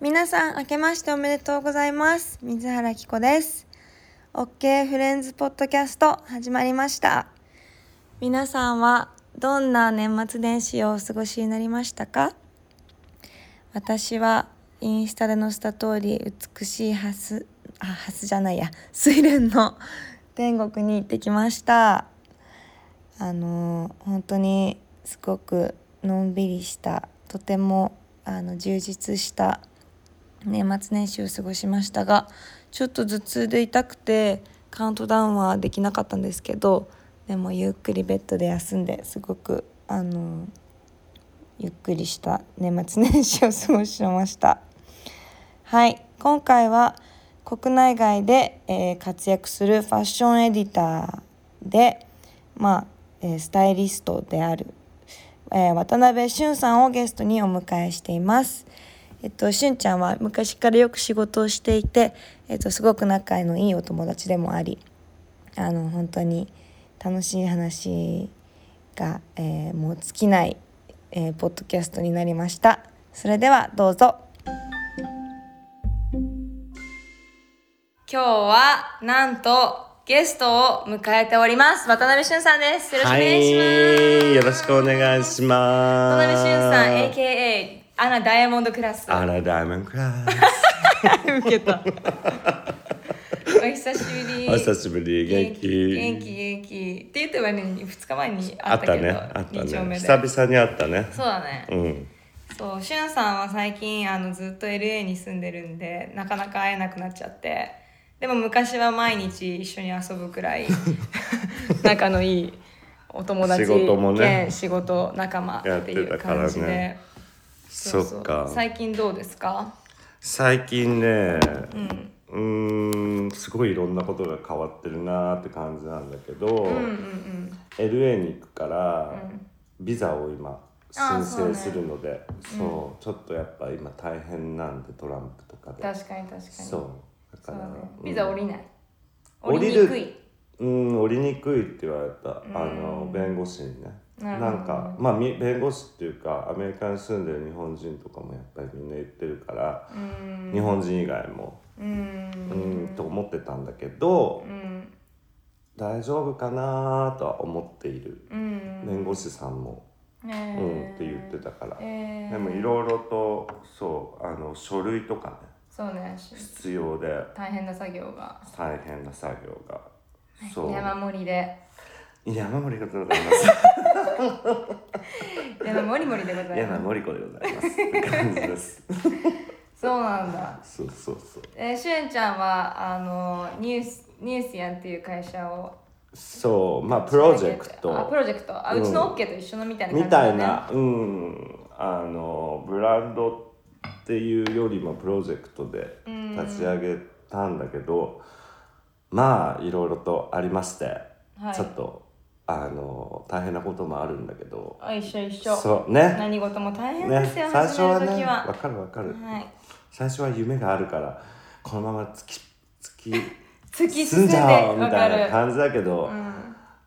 皆さん明けましておめでとうございます水原希子です OK フレンズポッドキャスト始まりました皆さんはどんな年末年始をお過ごしになりましたか私はインスタで載せた通り美しいハスあハスじゃないや睡蓮の天国に行ってきましたあの本当にすごくのんびりしたとてもあの充実した年末年始を過ごしましたがちょっと頭痛で痛くてカウントダウンはできなかったんですけどでもゆっくりベッドで休んですごくあのゆっくりした年末年始を過ごしましたはい今回は国内外で、えー活躍するファッションエディターでまあ、えースタイリストである、えー渡辺俊さんをゲストにお迎えしていますえっと、しゅんちゃんは昔からよく仕事をしていて、えっと、すごく仲のいいお友達でもありあの本当に楽しい話が、えーもう尽きない、えーポッドキャストになりましたそれではどうぞ今日はなんとゲストを迎えております渡辺俊さんですよろしくお願いします、はい、よろしくお願いします。渡辺俊さん AKA アナダイヤモンドクラスアラダイモンクラ受けた。お久しぶり。ス。お久しぶり、元気。元気元気。って言ってはね、二日前に会っあったけたど。ね、あった二丁目ね。で久々にあったね。そうだね。うん。そう、しゅんさんは最近あのずっと LA に住んでるんで、なかなか会えなくなっちゃって。でも昔は毎日一緒に遊ぶくら い仲のいいお友達仕事もね兼仕事仲間っていやってうたからね感じで。そそうっか。最近どうですか？最近ね、うーん、すごいいろんなことが変わってるなーって感じなんだけど、うんうんうん。 LA に行くから、うんビザを今あ申ーそうね請するので、そう,、ちょっとやっぱ今大変なんでトランプとかで。確かに確かに。そう。だそかうら、ねうんビザ降りない、降り降るりにくいうん、降りにくいって言われた、んあの弁護士にねななるほどんかまあみ弁護士っていうかアメリカに住んでる日本人とかもやっぱりみんな言ってるから、うーん日本人以外もうーんうんと思ってたんだけど、うん大丈夫かなとは思っている、うん弁護士さんも、ねうんって言ってたから、えーでもいろいろとそうあの書類とかねそうねし必要で大変な作業が大変な作業が、そう山盛りで山森でございます山盛り盛りでございま山す森子でございま すって感じですそうなんだそうそうそう。えー、しゅんちゃんはあのニュースニュースやんっていう会社をそう、まあプロジェクあトプロジェクトあうちうのん OK と一緒のみたいな感みじただ、ねいな、うん、あのブランドっていうよりもプロジェクトで立ち上げたんだけど、まあいろいろとありまして、はいちょっとあの大変なこともあるんだけど、あ一緒一緒そうね。何事も大変ね、です最よ、初は始める時ね、はわかるわかる、はい最初は夢があるから、このまま突き突突きき進進んんじでゃおうみわたかいなる感じだけど、うん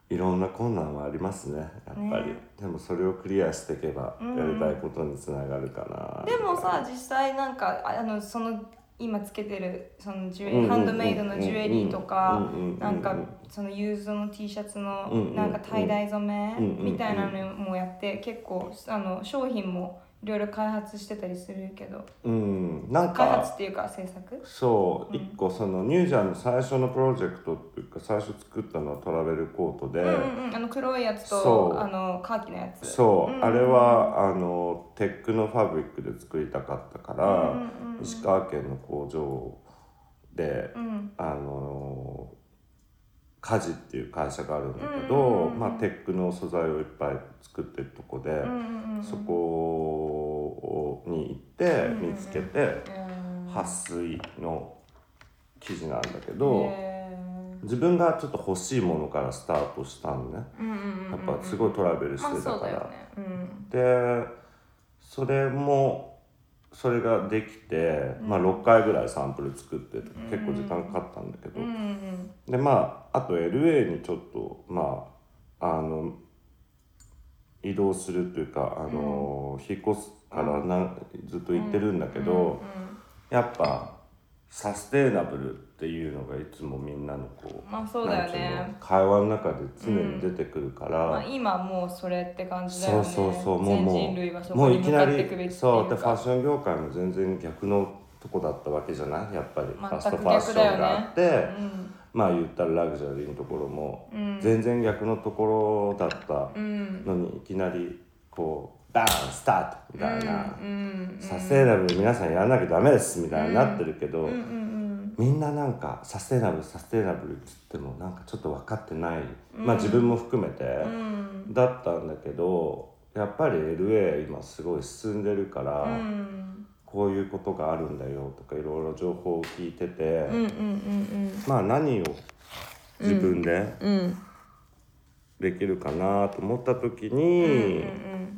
いろんな困難はありますねやっぱり、ねでもそれをクリアしていけばうんやりたいことにつながるかな、でもさ実際なんかああのその今つけてるそのジュエうんうんうんハンドメイドのジュエリーとかうんうんうんなんかそのユーズドの T シャツのうんうんうんなんかtie dye 染めうんうんうんみたいなのもやって結構あの商品もいろいろ開発してたりするけどうんなん開発かっていうか制作そう一個そのニュージャンの最初のプロジェクトっていうか最初作ったのはトラベルコートで、うんうんうんあの黒いやつそとうあのカーキのやつそう、んんあれはあのテックのファブリックで作りたかったから、うんうんうん石川県の工場でうんあの家事っていう会社があるんだけど、うんうんうんまあ、テックの素材をいっぱい作ってるとこで、うんうんうんそこに行って見つけて、うん撥水の生地なんだけど、へ自分がちょっと欲しいものからスタートしたのねーうんうんうんやうんっぱすごいトラベルしまあてそたうかだよら。ねうんでそれもそれができて、まあ、6回ぐらいサンプル作って結構時間かかったんだけど、うんうんでまああと LA にちょっとまああの移動するというかあの、引っ越すからなんずっと行ってるんだけど、うんやっぱサステイナブルっていうのがいつもみんなのこう,、まあそうだよねなんていうの会話の中で常に出てくるから、まあ、今もうそれって感じだよそうねそうそうもう全も人類はそうこもうにいき向なかっていくべりきってそういでうファかッション業界も全然逆のとこだったわけじゃないやっぱりフ全くァストファッションがあって、うんまあ言ったらラグジュアリーのところもうん全然逆のところだったうんのにいきなりこうバーンスタートみたいな、うんサステイナブル皆さんやらなきゃダメですみたいになってるけど、うんうんみんななんかサステイナブルサステイナブルって言ってもなんかちょっと分かってない、うんまあ自分も含めてうんうんだったんだけどやっぱり LA 今すごい進んでるから、うんこういうことがあるんだよとかいろいろ情報を聞いてて、うんうんうんまあ何を自分でうんうんできるかなと思った時に、うんうん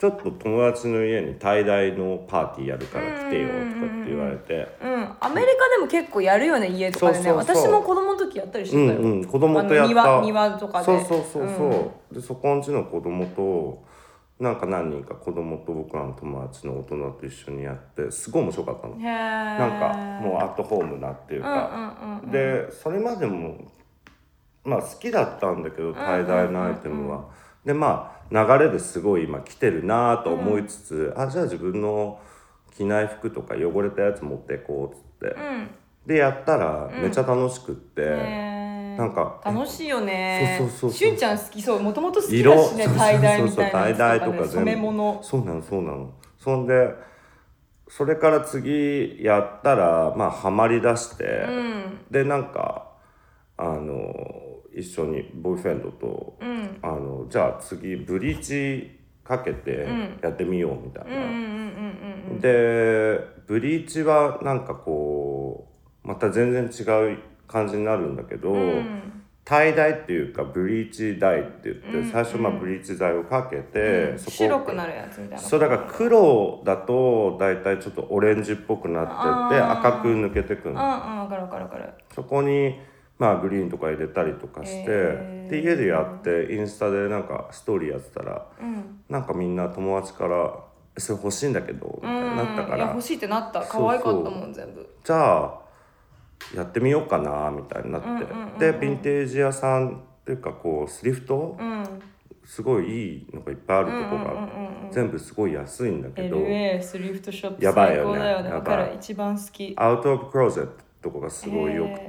ちょっと友達の家に滞在のパーティーやるから来てよとかって言われて。うんアメリカでも結構やるよね家とかでねそうそうそう私も子供の時やったりしうてんたよ、うん、子供とやったあの庭庭とかでそうそうそうそう、でそこんちの子供となんか何人か子供と僕らの友達の大人と一緒にやってすごい面白かったの、へえななんかもうアットホームなっていうか、うんうんうんうん、でそれまでもまあ好きだったんだけど滞在のアイテムは、でまあ流れですごい今来てるなと思いつつ、あじゃあ自分の着ない服とか汚れたやつ持っていこうっつって、うんでやったらめっちゃ楽しくって、へーなんか楽しいよねそうそうそうそうしゅんちゃん好きそうもともと好き色だしね滞 在みたいな滞在とか全部染め物そうなのそうなのそんでそれから次やったらまあハマりだして、うんでなんかあの一緒にボーイフレンドと、うんあのじゃあ次ブリーチかけてんやってみようみたいうんうんうな、んうんうんでブリーチはなんかこうまた全然違う感じになるんだけど、うん滞代っていうかブリーチ代って言って、うん最初まあブリーチ代をかけて、そこ白くなるやつみたいなそうだから黒だと大体ちょっとオレンジっぽくなっててあー赤く抜けてくうんのうんわかるわかるわかるそこにまあグリーンとか入れたりとかして、へーで家でやってインスタでなんかストーリーやってたらうんなんかみんな友達から「それ欲しいんだけど」みうたいにんなったかいやら欲しいってなったそうそう可愛かったもん全部じゃあやってみようかなみたいになって、うんうんうんうんでヴィンテージ屋さんっていうかこうスリフト、うんすごいいいのがいっぱいあるとこがあって、うんうんうんうん全部すごい安いんだけど LA スリフトショップやばい最よね高だよねやばいわかる一番好きアウト・オブ・クローゼットとかがすごい良くて、へ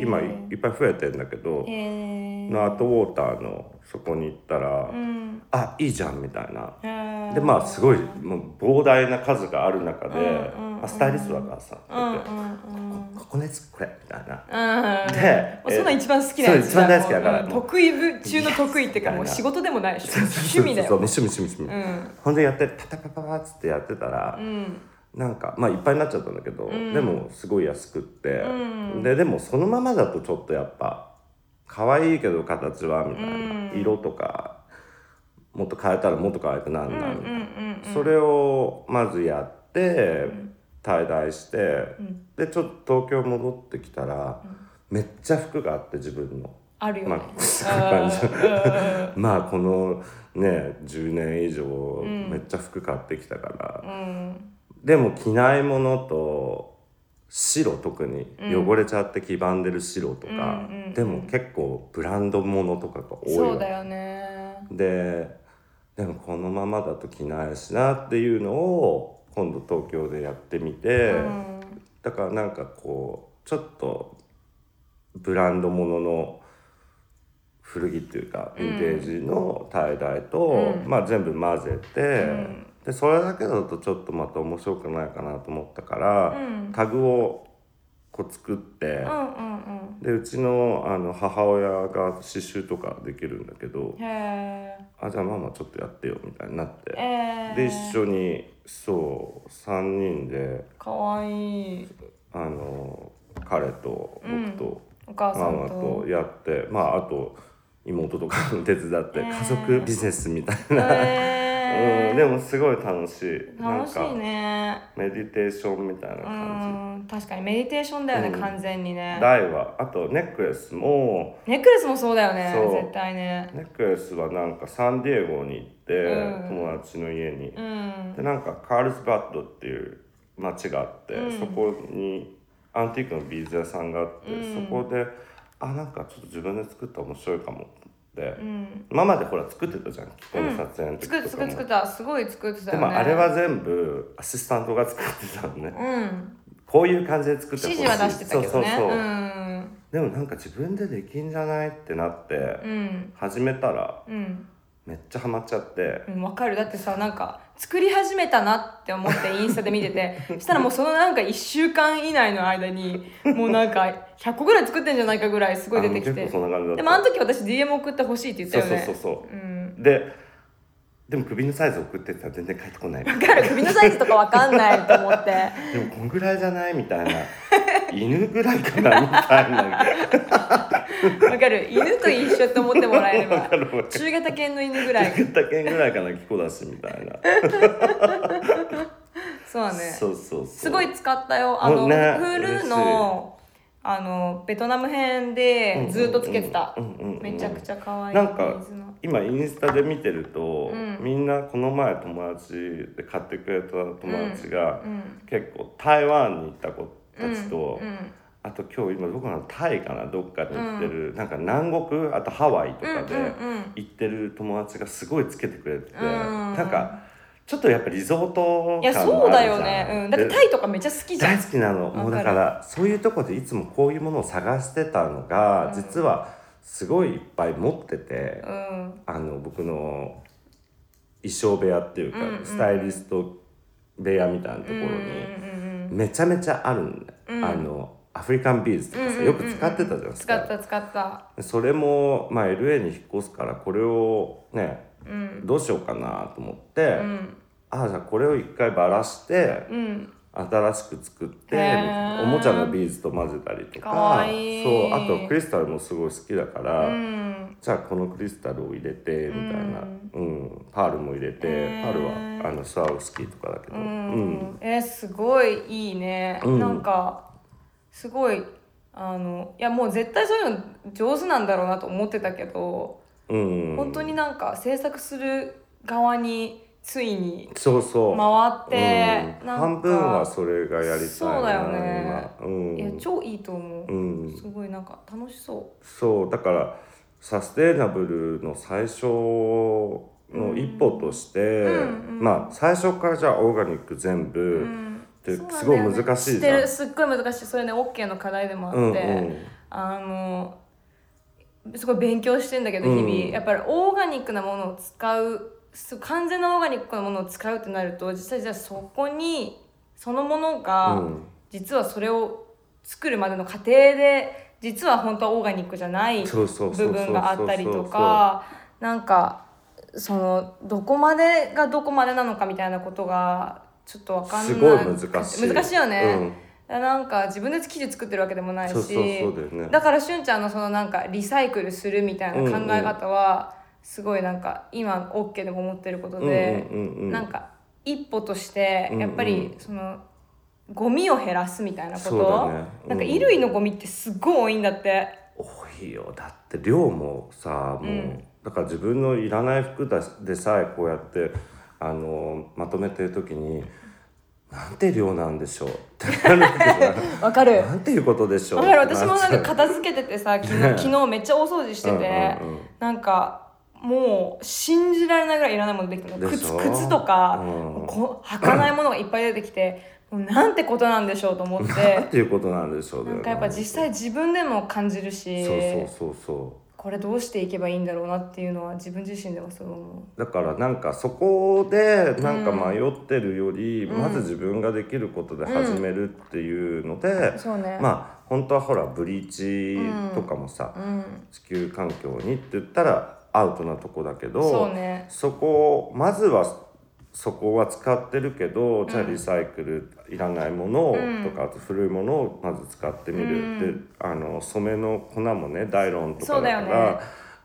ー今いっぱい増えてんだけど、へえのアート・ウォーターのそこに行ったら、うんあいいじゃんみたいな。へでまあすごいもう膨大な数がある中で、うんうんうんあスタイリストだからさ、うんうんこうんうやってここのやつこれみたいな。うんでもうそんなん一番好きなやつそう一番大好きだからもうもう得意分中の得意っていうかもう仕事でもないでしょ趣味だそうよそうそうもう趣味趣味趣味、うんほんでやってパタパタパタっつってやってたら、うんなんかまあいっぱいになっちゃったんだけど、んでもすごい安くって、うんででもそのままだとちょっとやっぱ可愛いけど形はみたいな、うん色とかもっと変えたらもっと可愛くなるなみたいな、うんそれをまずやって滞在して、んでちょっと東京戻ってきたら、めっちゃ服があって自分の。あるよまねあ、そういう感じ まあこのね10年以上めっちゃ服買ってきたから、うんでも着ないものと白特に汚れちゃって黄ばんでる白とか、うんうんうんでも結構ブランドものとかが多いそうわけだよねででもこのままだと着ないしなっていうのを今度東京でやってみて、うんだからなんかこうちょっとブランドものの古着っていうかヴィンテージの滞在と、うんまあ全部混ぜて、んでそれだけだとちょっとまた面白くないかなと思ったから、うんタグをこう作って。うんうんでうちのあの母親が刺繍とかできるんだけどうんへあじゃあママちょっとやってよみたいになってえ、えで一緒にそう3人でかわいいあの彼とうん僕とお母さマんマととやって、まああと妹とかも手伝ってえー家族ビジネスみたいな、へうん、ーでもすごい楽しい楽しいなんかねメディテーションみたいなう感ん確かにメディテーションだよねうん完全にねじ台はあとネックレスもネックレスもそうだよねそう絶対ねネックレスはなんかサンディエゴに行って、うん友達の家にうんでなんかカールスバッドっていう街があって、うんそこにアンティークのビーズ屋さんがあって、うんそこであなんかちょっと自分で作ったら面白いかもってう、ん今までほら作ってたじゃんきっとの撮影の時とか作も、っ作っ作ったすごい作ってたでよねもあれは全部アシスタントが作ってたのね、うんこういう感じで作って指示は出してたけそどねうそうそう、んでもなんか自分でできんじゃないってなって、うん始めたらうんめっちゃハマっちゃって、うんわかるだってさなんか作り始めたなって思ってインスタで見て てそしたらもうそのなんか1週間以内の間にもうなんか100個ぐらい作ってんじゃないかぐらいすごい出てきあのて結構そんな感じだったでもあの時私 DM 送ってほしいって言ったよねそうそうそうそううんででも首のサイズ送ってたら全然返ってこ ないでもわかる首のサイズとかわかんないと思ってこんぐらいじゃないみたいな犬ぐらいかなみたいなわかる犬と一緒って思ってもらえればかるわかる中型犬の犬ぐらい作った件ぐらいかなキコだしみたいな、そうだねそうそうそうすごい使ったよあもの、うね Hulu のあのベトナム編でずっとつけてた、うんうんうんうんめちゃくちゃ可愛いなんか水の今インスタで見てると、うんみんなこの前友達で買ってくれた友達が、うん結構台湾に行った子たちと、うんあと今日今どこなのタイかなどっかに行ってる、なんか南国あとハワイとうんかでうん行ってる友達がすごいつけてくれてて、うんなんかちょっとやっぱリゾートいや感そうがあだるよじゃんね、うん、だってでタイとかめっちゃ好きじゃん大好きなのかるもうだからそういうとこでいつもこういうものを探してたのが、うん実はすごいいっぱい持ってて、うんあの僕の衣装部屋っていうか、うんうんうんスタイリスト部屋みたいなところにうんめちゃめちゃあるんだよ、うんあのアフリカンビーズとかさ、よく使ってたじゃんス使タイった使ったそれも、まあ、LA に引っ越すからこれをねうんどうしようかなと思っうて、んああじゃあこれを一回ばらしてうん新しく作ってへーおもちゃのビーズと混ぜたりとかかわいいそうあとクリスタルもすごい好きだから、うんじゃあこのクリスタルを入れてみたいな、ううんパールも入れて、へーパールはあのスワウスキーとかだけど、ううんん、えーすごいいいね、うんなんかすごいあのいやもう絶対そういうの上手なんだろうなと思ってたけど、うん本当になんか制作する側についにそうそう回って、うんなんか半分はそれがやりたいなそうだよね今うんいや超いいと思う、うんすごいなんか楽しそそうだからサステイナブルの最初の一歩として、うんうんまあ最初からじゃあオーガニック全部、う、うんでそうすごいなんだよね難しい知っじてゃんるすっごい難しいそれね OK の課題でもあって、うんうんあのすごい勉強してんだけどうん日々、やっぱりオーガニックなものを使うす完全なオーガニックなものを使うってなると実際じゃあそこにそのものが、うん実はそれを作るまでの過程で実は本当はオーガニックじゃないそうそうそうそう部分があったりとかなんかそのどこまでがどこまでなのかみたいなことがちょっとわかんないすごい難しい難しいよね、うんなんか自分で生地作ってるわけでもないしそうそうそうだよねだからしゅんちゃんのそのなんかリサイクルするみたいな考え方はすごいなんか今 OK でも思ってることで、うんうんうんうんなんか一歩としてうんうんやっぱりそのゴミを減らすみたいなことそうだねうんなんか衣類のゴミってすっごい多いんだって多いよだって量もさもう、うんだから自分のいらない服だでさえこうやってあのまとめてる時になんて量なんでしょうってなるけど わかるなんていうことでしょうわかる私もなんってか片付けててさ 昨日昨日めっちゃ大掃除してて、うんうんうんなんかもう信じられないぐらいいらないものできてるで靴しょ靴とか、うんこ履かないものがいっぱい出てきてもうなんてことなんでしょうと思っなん てていうことなんでしょうだなよんかやっぱ実際自分でも感じるしそうそうそうそうこれどうしていけばいいんだろうなっていうのは自分自身でもそう思だからなんかそこでなんか迷ってるより、うんまず自分ができることで始めるっていうので、うそうねまあ本当はほらブリーチとかもさ、うん地球環境にって言ったらアウトなとこだけどそうねそこをまずはそこは使ってるけどじゃあリサイクルいらないものをうんとか、あと古いものをまず使ってみる、うんであの染めの粉もねダイロンとかだかそうだよら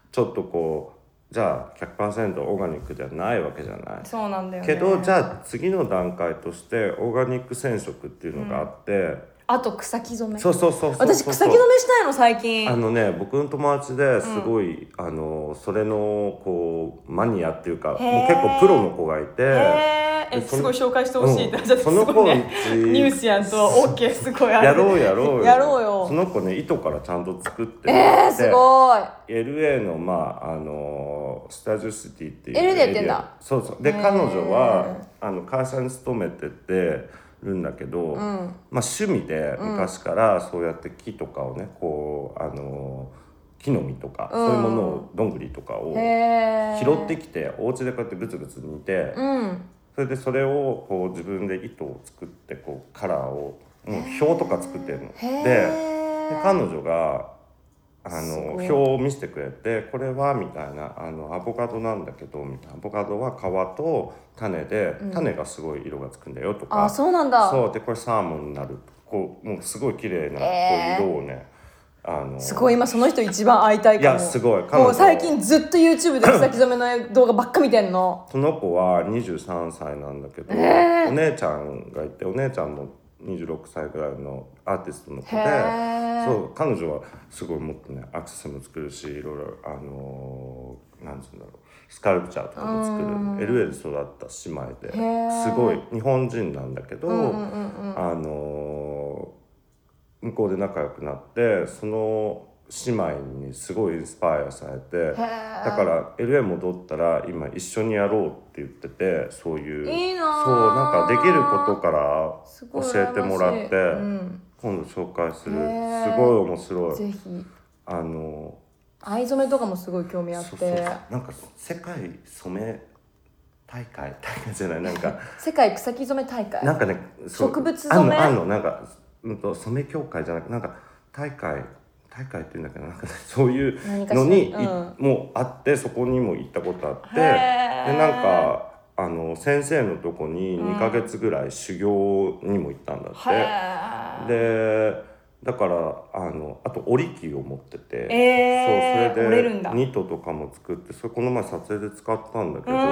ちょっとこうじゃあ100%オーガニックじゃないわけじゃない。そうなんだよねけどじゃあ次の段階としてオーガニック染色っていうのがあって、あと草木染めそうそうそうそうそう私草木染めしたいの最近あのね僕の友達ですごい、あのそれのこうマニアっていうかもうへー結構プロの子がいてへねえそすのごい紹介してほしいってなっちゃってうんそのす子ごんいちねニュースやんと OK すごいあれやろうやろうやろうよその子ね糸からちゃんと作ってえー、すごい LA のまああのースタジオシティっていう LA でやってんだエリアそうそうでへー彼女はあの会社に勤めててるんだけど、んまあ、趣味で昔からそうやって木とかをねこうあのー木の実とか、うんそういうものをどんぐりとかをへえ拾ってきてお家でこうやってブツブツ煮て、うんそれでそれをこう自分で糸を作ってこうカラーをもう表とか作ってるの。でへえで彼女があすのごい表を見せてくれて「これは」みたいな「あのアボカドなんだけど」みたいな「アボカドは皮と種でうん種がすごい色がつくんだよ」とか、あそうなんだそうでこれサーモンになるこうもうすごい綺麗なこえーう色をね、あのすごい今その人一番会いたいいかもやすごい彼もう女最近ずっと YouTube で草木染めの動画ばっか見てんのその子は23歳なんだけど、お姉ちゃんがいてお姉ちゃんも26歳ぐらいのアーティストの子でへーそう彼女はすごいもっとねアクセスも作るしいろいろあのーなんて言うんだろうスカルプチャーとかも作るうん LA で育った姉妹でへーすごい日本人なんだけど、うんうんうんあのー向こうで仲良くなってその姉妹にすごいインスパイアされて。だからら LA 戻ったら今一緒にやろうって言っててそういういいなあそうなんかできることから教えてもらって、うん、今度紹介するへーすごい面白いぜひあの藍染めとかもすごい興味あってそうそうなんか世界染め大会大会じゃないなん か世界草木染め大会なんかねそう植物染めあんのあんのなんか、うん、と染め協会じゃなくなんか大会大会っていうんだけどなんか、ね、 そういう何かしらのにい、うんもうあってそこにも行ったことあってでへーなんかあの先生のとこに2ヶ月ぐらい修行にも行ったんだって、はいでだからあのあと織り機を持ってて、えそーうそ折れれでるんだニットとかも作ってそれこの前撮影で使ったんだけうど、ん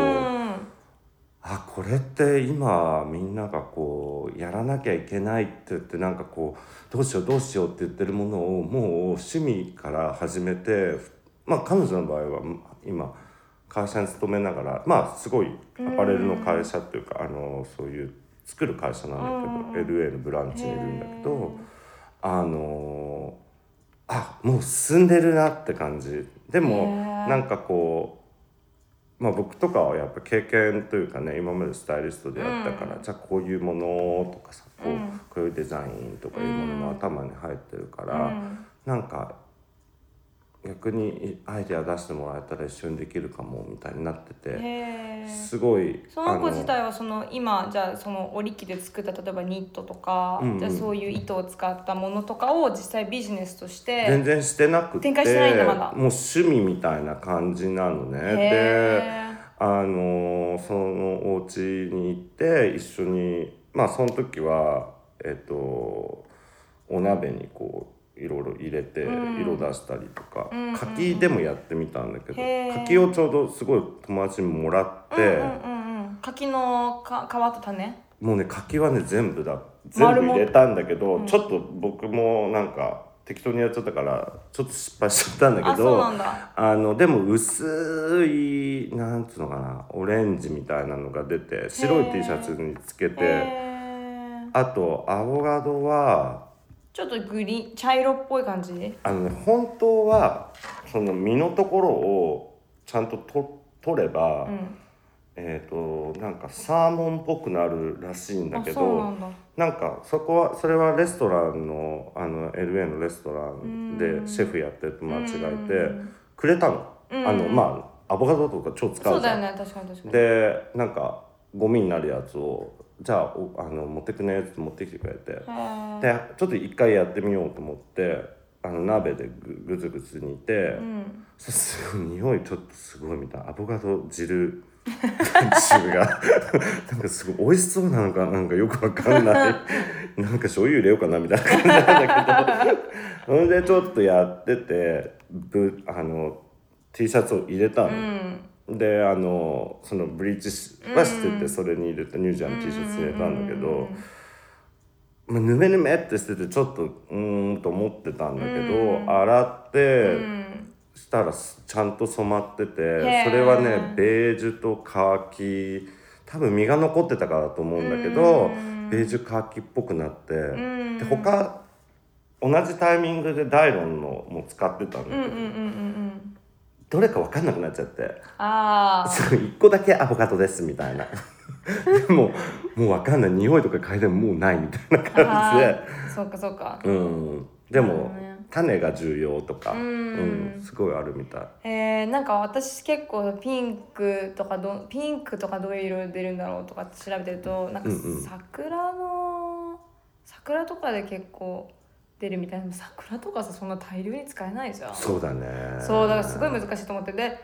あこれって今みんながこうやらなきゃいけないって言ってなんかこうどうしようどうしようって言ってるものをもう趣味から始めてまあ彼女の場合は今会社に勤めながらまあすごいアパレルの会社っていうかあのそういう作る会社なんだけど LA のブランチにいるんだけどあのあもう進んでるなって感じでもへーなんかこう、まあ、僕とかはやっぱ経験というかね今までスタイリストでやったから、うんじゃあこういうものとかさこう,、うんこういうデザインとかいうものが頭に入ってるから、うんなんか逆にアイデア出してもらえたら一緒にできるかもみたいになっててへーすごいその子あ自体はその今じゃあその織り機で作った例えばニットとか、うんうんじゃあそういう糸を使ったものとかを実際ビジネスとして全然してなくて展開してないんだまだもう趣味みたいな感じなのね。でへあのそのお家に行って一緒にまあその時はえっとお鍋にこういろいろ入れてうん色出したりとか、うんうんうん柿でもやってみたんだけどへー柿をちょうどすごい友達にもらっーて、うんうんうんうん、柿のか皮と種もうね柿はね全部だ全丸部も入れたんだけど、んちょっと僕もなんか適当にやっちゃったからちょっと失敗しちゃったんだけどあそうなんだあのでも薄いなんつうのかなオレンジみたいなのが出て白い T シャツにつけてへーあとアボカドはちょっとグリーン茶色っぽい感じあの、ね、本当はその実のところをちゃんとと取れば、うんえっ、となんかサーモンっぽくなるらしいんだあけそうなどんだなんかそこはそれはレストランのあの LA のレストランうんでシェフやってる友達がいてうんくれたの。うんあのまあアボカドとか超使うじゃん。そうだよね確かに確かにでなんかゴミになるやつをじゃあおあの持ってくねって持ってきてくれてへーでちょっと一回やってみようと思ってあの鍋でぐぐずぐず煮て、うん、そすごい匂いちょっとすごいみたいなアボカド汁 汁が なんかすごい美味しそうなのかなんかよくわかんないなんか醤油入れようかなみたいな 感じなんだけどそれでちょっとやっててぶあの T シャツを入れたの。うん、であのそのブリーチしはしてうんうてんそれに入れたニュージャンの T シャツに入れたんだけうんうんうどん、まあ、ぬめぬめってしててちょっとうーんと思ってたんだけど、うん洗って、うんしたらすちゃんと染まっててへーそれはねベージュとカーキ多分身が残ってたからだと思うんだけどうんベージュカーキっぽくなってんで他同じタイミングでダイロンのも使ってたんだけうんうんど、うんうんうんどれか分かんなくなっちゃって ああそう1個だけアボカドですみたいなでももう分かんない匂いとか嗅いでももうないみたいな感じでそうかそうかうんでなるほもどね種が重要とか、うんうんすごいあるみたいえー、なんか私結構ピンクとかどピンクとかどういう色出るんだろうとか調べてるとなんかうんうん桜の桜とかで結構出るみたいなでも桜とかさそんな大量に使えないじゃんそうだねそうだからすごい難しいと思ってで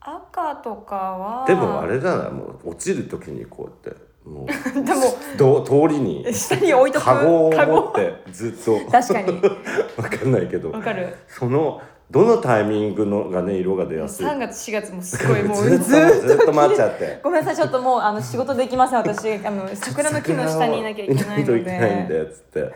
赤とかはでもあれじゃないもう落ちる時にこうやってもう でもど通りに下に置いとくカゴをカ持ゴってずっと確か にわかんないけどわかるそのどのタイミングのがね色が出やすい3月4月もすごいもうずっとずっと待っちゃてってごめんなさいちょっともうあの仕事できません私あの桜の木の下にいなきゃいけないのいけないんででつって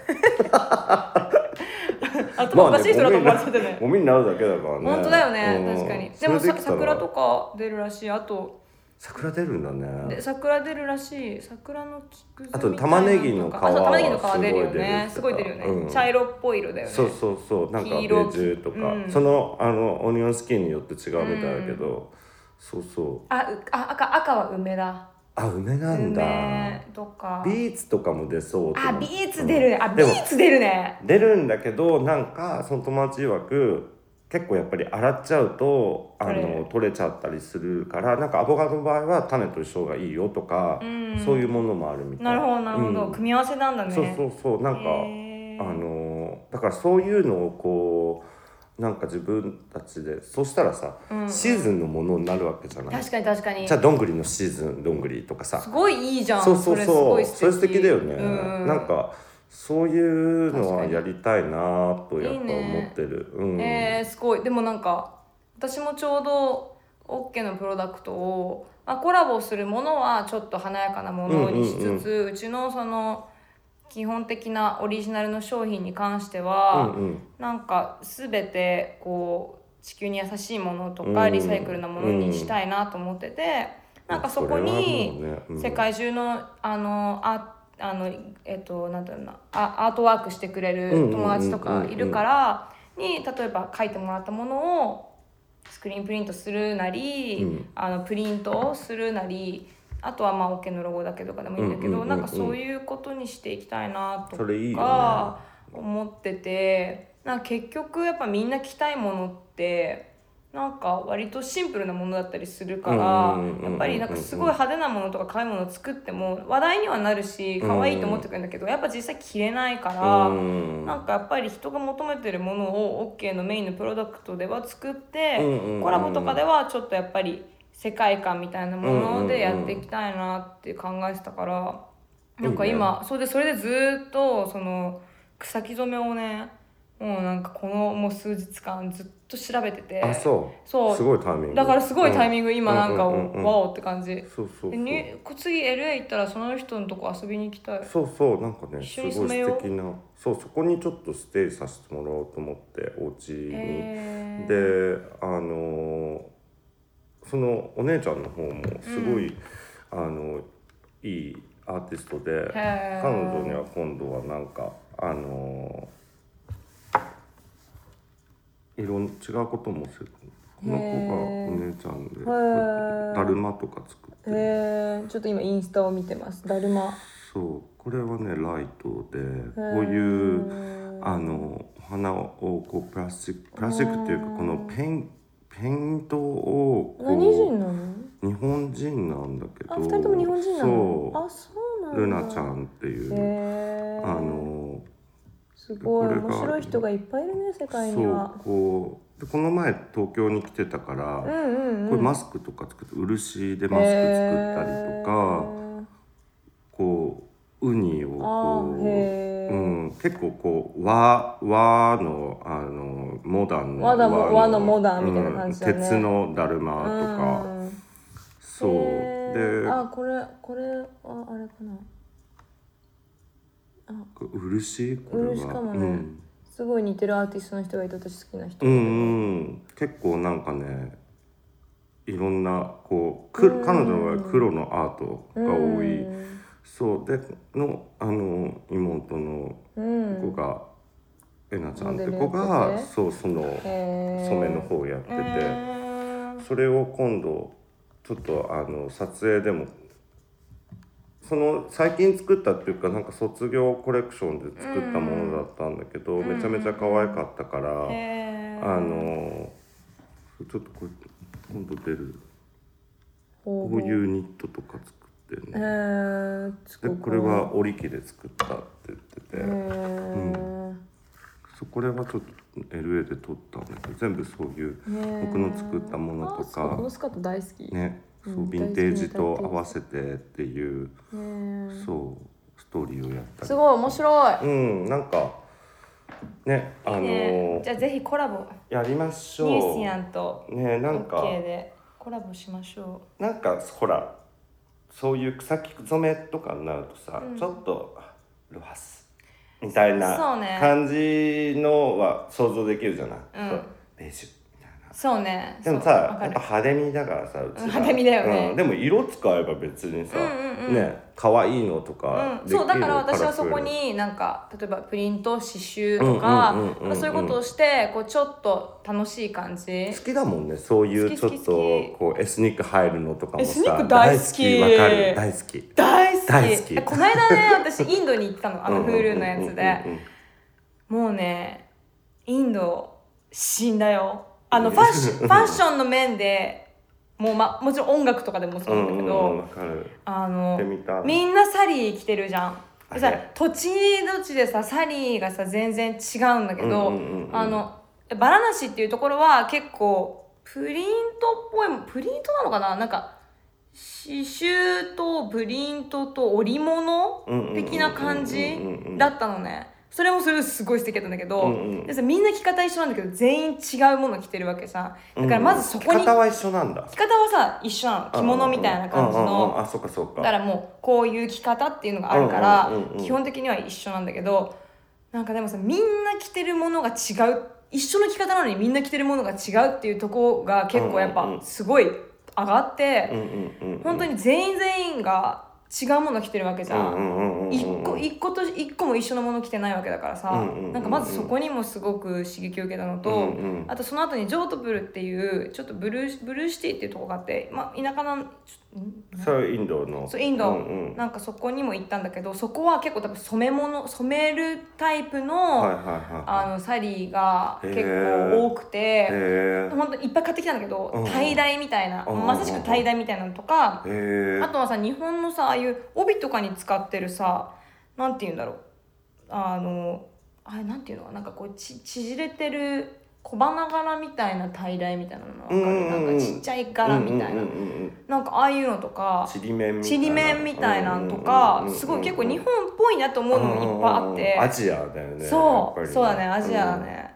頭おかしい人だと思われてねゴミになるだけだからね 本当だようねん確かにそでれもきたさら桜とか出るらしいあと桜出るんだでね桜出るらしい桜の菊あと玉ねぎの皮あそう玉ねぎの皮出るよねすすごごい出い出るるってよ言ねってた、うん茶色っぽい色だよねそうそうそうなんかベ黄色ージュとか、うんそのあのオニオンスキンによって違うみたいだけど、そうそうあうあ赤赤は梅だあ梅なんだ梅とかビーツとかも出そうと思あうビーツ出る、あうんでビもーツ出るね出るんだけどなんかその友達曰く結構やっぱり洗っちゃうとあ取れのる取れちゃったりするからなんかアボカドの場合は種と一緒がいいよとか、うんそういうものもあるみたいなるほどなるほど、うん組み合わせなんだねそうそうそうなんか、へーあのだからそういうのをこうなんか自分たちでそうしたらさ、うんシーズンのものになるわけじゃない確かに確かにじゃあどんぐりのシーズンどんぐりとかさすごいいいじゃんそうそうれそうそすれごい素敵だよね、うんなんかそういうの確はかにやりたいなとやっぱいい思ねってるうん、えー、すごいでもなんか私もちょうど OK のプロダクトを、まあ、コラボするものはちょっと華やかなものにしつつ、うちのその基本的なオリジナルの商品に関しては、うんうんなんか全てこう地球に優しいものとうかんリサイクルなものにしたいなと思ってて、なんかそこにれはもうねうん世界中のあのああのえっとなんていうのかなあアートワークしてくれる友達とうんうんうんうかんうんいるからに例えば書いてもらったものをスクリーンプリントするなり、うんあのプリントをするなりあとはまあ OK のロゴだけとかでもいいんだけど、うんうんうんうんなんかそういうことにしていきたいなとかそれいいよね思っててなんか結局やっぱみんな着たいものってなんか割とシンプルなものだったりするからうんうんうんうんうんうんやっぱりなんかすごい派手なものとか可愛いものを作っても話題にはなるし可愛いと思ってくるんだけどやっぱ実際着れないかうら。んなんかやっぱり人が求めてるものを OK のメインのプロダクトでは作って、うんうんうんコラボとかではちょっとやっぱり世界観みたいなものでやっていきたいなって考えてたから、なんか今それでそれでずーっとその草木染めをねもうなんかこのもう数日間ずっと調べててあそうそうすごいタイミングだからすごいタイミング、今なんか、うんうんうんうんわおって感じでうんそうそうそうに次 LA 行ったらその人のとこ遊びに行きたいそうそうなんかねす一ごい緒に素染めよう敵なそうそこにちょっとステイさせてもらおうと思ってお家に、へーであのーそのお姉ちゃんの方もすごい、あのいいアーティストでへー彼女には今度はなんかあのーいろん違うこともするこの子がお姉ちゃんでーだるまとか作ってるえー、ちょっと今インスタを見てますだるまそうこれはねライトでこういうあのお花をこうプラスチックプラスチックっていうかこのペインペイントをこう何人なの日本人なんだけどあ二人とも日本人なのそあそうなんうだルナちゃんっていう、へーあのすごいこれが面白い人がいっぱいいるね世界にそうはこうでこの前東京に来てたから、うんうんうんこれマスクとか作って漆でマスク作ったりとか、こうウニをこあーう。へーうん、結構こう和和のあのモダンの和だも和のモダンみたいな感じだねうん鉄のだるまとか、うんうんそうへーであこれこれああれかな漆これは漆かもねうんすごい似てるアーティストの人がいて私好きな人、うんうん、結構なんかねいろんなこうくうん彼女の場合は黒のアートが多い、うんそうでのあの妹のうん子が、えなちゃんってモデル子やってがてそうそのへー染めの方をやってて、えそれを今度ちょっとあの撮影でもその最近作ったっていうかなんか卒業コレクションで作ったものだったんだけど、んうんめちゃめちゃ可愛かったから、へーあのちょっとこれ今度出るほこほういうニットとか作ってへるね。ーすでごいこれは織り機で作ったって言ってて、へーそうこれはちょっと LA で撮ったんだけど全部そういうへー僕の作ったものとあかそうこのスカート大好きへね、そううんヴィンテージと合わせてっていう、ーそうストーリーをやったりすごい面白いうんなんかねあのねじゃあぜひコラボやりましょうニュースやんとねなんか OK でコラボしましょなんかほらそういう草木染めとかになるとさ、うんちょっとロハスみたいなそうね感じのは想像できるじゃない、うんそうベージュみたいなうそうねでもそうさわやかっるぱ派手みだからさうちらうん派手みだよねうんでも色使えば別にさ、うんうんうんね可愛いのとかうでん、きるそうだから私はカラそフルこになんか例えばプリント刺繍とかうんうんうんうんうんなんかそういうことをしてこうちょっと楽しい感じ好きだもんねそうい好うきちょ好っきとこうエスニック入るのとかもさエスニック大好き大好わかる大好き大好き大好きこの間ね私インドに行ったのあのうんうんうん Hulu のやつでうんうんもうねインド死んだよあのファッ シファッションの面でもう、ま、もちろん音楽とかでもそううなんんだけうんど、うんわかるあ行っのてみたいみんなサリー着てるじゃんあれでさ土地土地でさサリーがさ全然違うんだけど、うんうんうんうんあのバラナシっていうところは結構プリントっぽいプリントなのかななんか刺繍とプリントと織物うんうんうんうん的な感じうんうんうんだったのねそれもそれすごい素敵だったんだけど、うんうんでさみんな着方一緒なんだけど全員違うもの着てるわけさだからまずそこうんに、着方は一緒なんだ着方はさ一緒なの着物みたいな感じの。うんうんうんあそっかそっかだからもうこういう着方っていうのがあるからうんうんうんうん基本的には一緒なんだけどなんかでもさみんな着てるものが違う一緒の着方なのにみんな着てるものが違うっていうとこが結構やうんうっんぱうんすごい上がってうんうんうんうん本当に全員全員が違うもの着てるわけじゃ。うんんうんうんうんうん一個一個と一個も一緒のもの着てないわけだからさ、うんうんうんうんなんかまずそこにもすごく刺激を受けたのと、うんうんあとその後にジョートブルっていうちょっとブルーブルーシティっていうとこがあって、まあ、田舎なんちょんそれインドのそうインド、うんうんなんかそこにも行ったんだけどそこは結構多分染め物染めるタイプはの,、いはいはいあのサリーが結へー構多くてへ本当にいっぱい買ってきたんだけど、うん滞在みたいな、うんまさしく滞在みたいなのとかえ、へえあとはさ日本のさああいう帯とかに使ってるさなんて言うんだろうあのあれなんていうのなんかこうち縮れてる小花柄みたいな滞在みたいなのわかる、うんうんうんなんかちっちゃい柄みたいな、うんうんうんうんなんかああいうのとかちりめんみたいなちりめんみたいなんとかすごい結構日本っぽいなと思うのもいっぱいあっうんうんうんアてジアだよねやそっぱりうそうだねアジアだね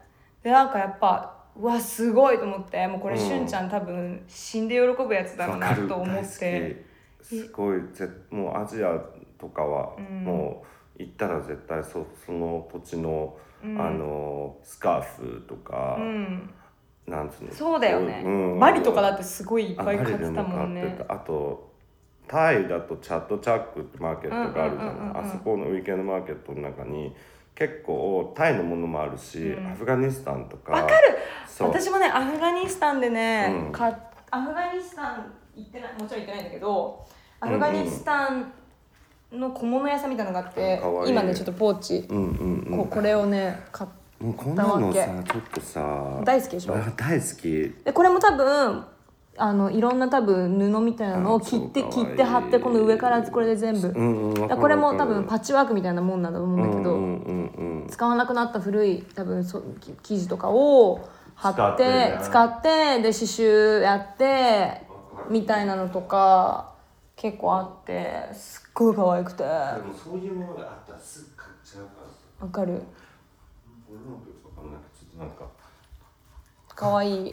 でなんかやっぱうわすごいと思ってもうこれうんしゅんちゃん多分死んで喜ぶやつうんだろうわなかると思って大好きすごいぜもうアジアとかはうんもう行ったら絶対そその土地のああのスカーフとかうんなんつうのそうだよねうんバリとかだってすごいいっあぱい買っマリてでたもも買んってねたあとタイだとチャットチャックってマーケットがあるじゃうんうんうんうんなういんあそこのウィーケンドマーケットの中に結構タイのものもあるし、うんアフガニスタンとかわかるそう私もねアフガニスタンでうねん買っアフガニスタン行ってないもちろん行ってないんだけどアうんうフんガニスタンの小物屋さんみたいなのがあってかわいい今ねちょっとポーチうんうんうんこうこれをね買っもうこんなのださちょっとさ大好きでしょあ大好きでこれも多分あのいろんな多分布みたいなのを切ってあそうか切わいいって貼ってこの上からこれで全部、うんうんわかだるこれもわか多る分パッチワークみたいなもんなんだと思うんだけど、うんうんうんうん使わなくなった古い多分そき生地とかを貼って使って,、使で刺繍やってみたいなのとか結構あってすっごい可愛くてわもそういうものがあったらすぐ買っちゃうからさかる俺なんかよくわかんないけどちょっとなんか可愛でい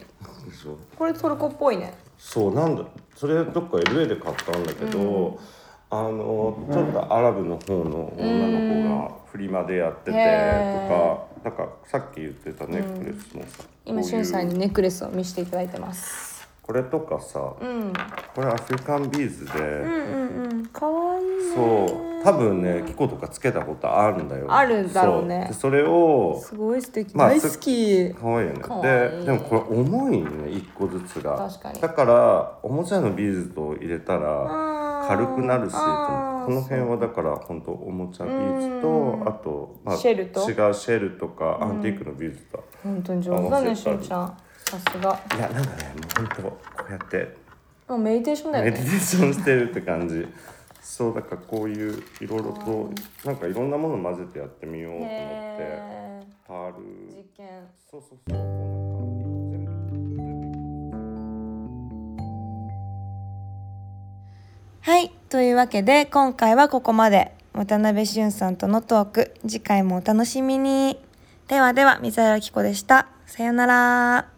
しょこれトルコっぽいねそうなんだそれどっか LA で買ったんだけど、あのちょっとアラブの方の女の子がフリマでやっててとへか、なんかさっき言ってたネックレスもさ、こういう今しゅんさんにネックレスを見せていただいてますこれとかさうんこれアフリカンビーズで、うんうんうんかわいいねそう多分ねキコとかつけたことあるんだよあるんだろうねそでそれをすごい素敵、まあ大好き可愛いよね可愛いででもこれ重いね一個ずつが確かにだからおもちゃのビーズと入れたら軽軽くなるしと思ってこの辺ははだから本当おもちゃビーズうとんあと、シェルと違うシェルとかアンティークのビーズとか、本当に上手だあねのしゅんちゃんさすがいやなんかねもう本当こうやってもうメディテーションだメよディテねーションしてるって感じそうだからこういういろいろとなんかいろんなもの混ぜてやってみようと思ってへーパール実験そうそうそうこうなんか全部いというわけで今回はここまで渡辺俊さんとのトーク次回もお楽しみにではでは水原希子でしたさようなら